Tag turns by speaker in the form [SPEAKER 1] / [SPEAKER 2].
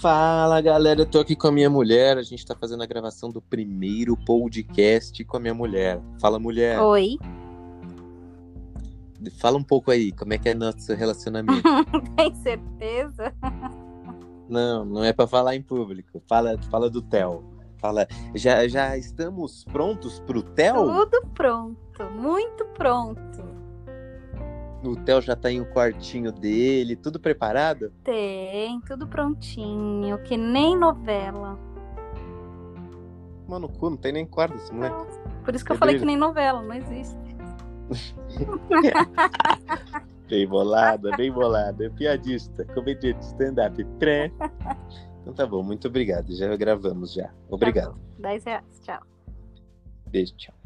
[SPEAKER 1] Fala galera, eu tô aqui com a minha mulher. A gente tá fazendo a gravação do primeiro podcast com a minha mulher. Fala, mulher.
[SPEAKER 2] Oi.
[SPEAKER 1] Fala um pouco aí, como é que é nosso relacionamento?
[SPEAKER 2] Tem certeza?
[SPEAKER 1] não, não é pra falar em público. Fala, fala do Theo. Fala, já, já estamos prontos pro Theo?
[SPEAKER 2] Tudo pronto, muito pronto.
[SPEAKER 1] O Theo já tá em um quartinho dele, tudo preparado?
[SPEAKER 2] Tem, tudo prontinho, que nem novela.
[SPEAKER 1] Mano, cu, não tem nem quarto esse moleque.
[SPEAKER 2] Por isso que eu
[SPEAKER 1] Né? Beleza.
[SPEAKER 2] falei que nem novela, não existe.
[SPEAKER 1] Bem bolada, bem bolada. é Piadista, comediante de stand-up. Pré. Então tá bom, muito obrigado. Já gravamos já. Obrigado.
[SPEAKER 2] Tá bom. 10 reais, tchau.
[SPEAKER 1] Beijo, tchau.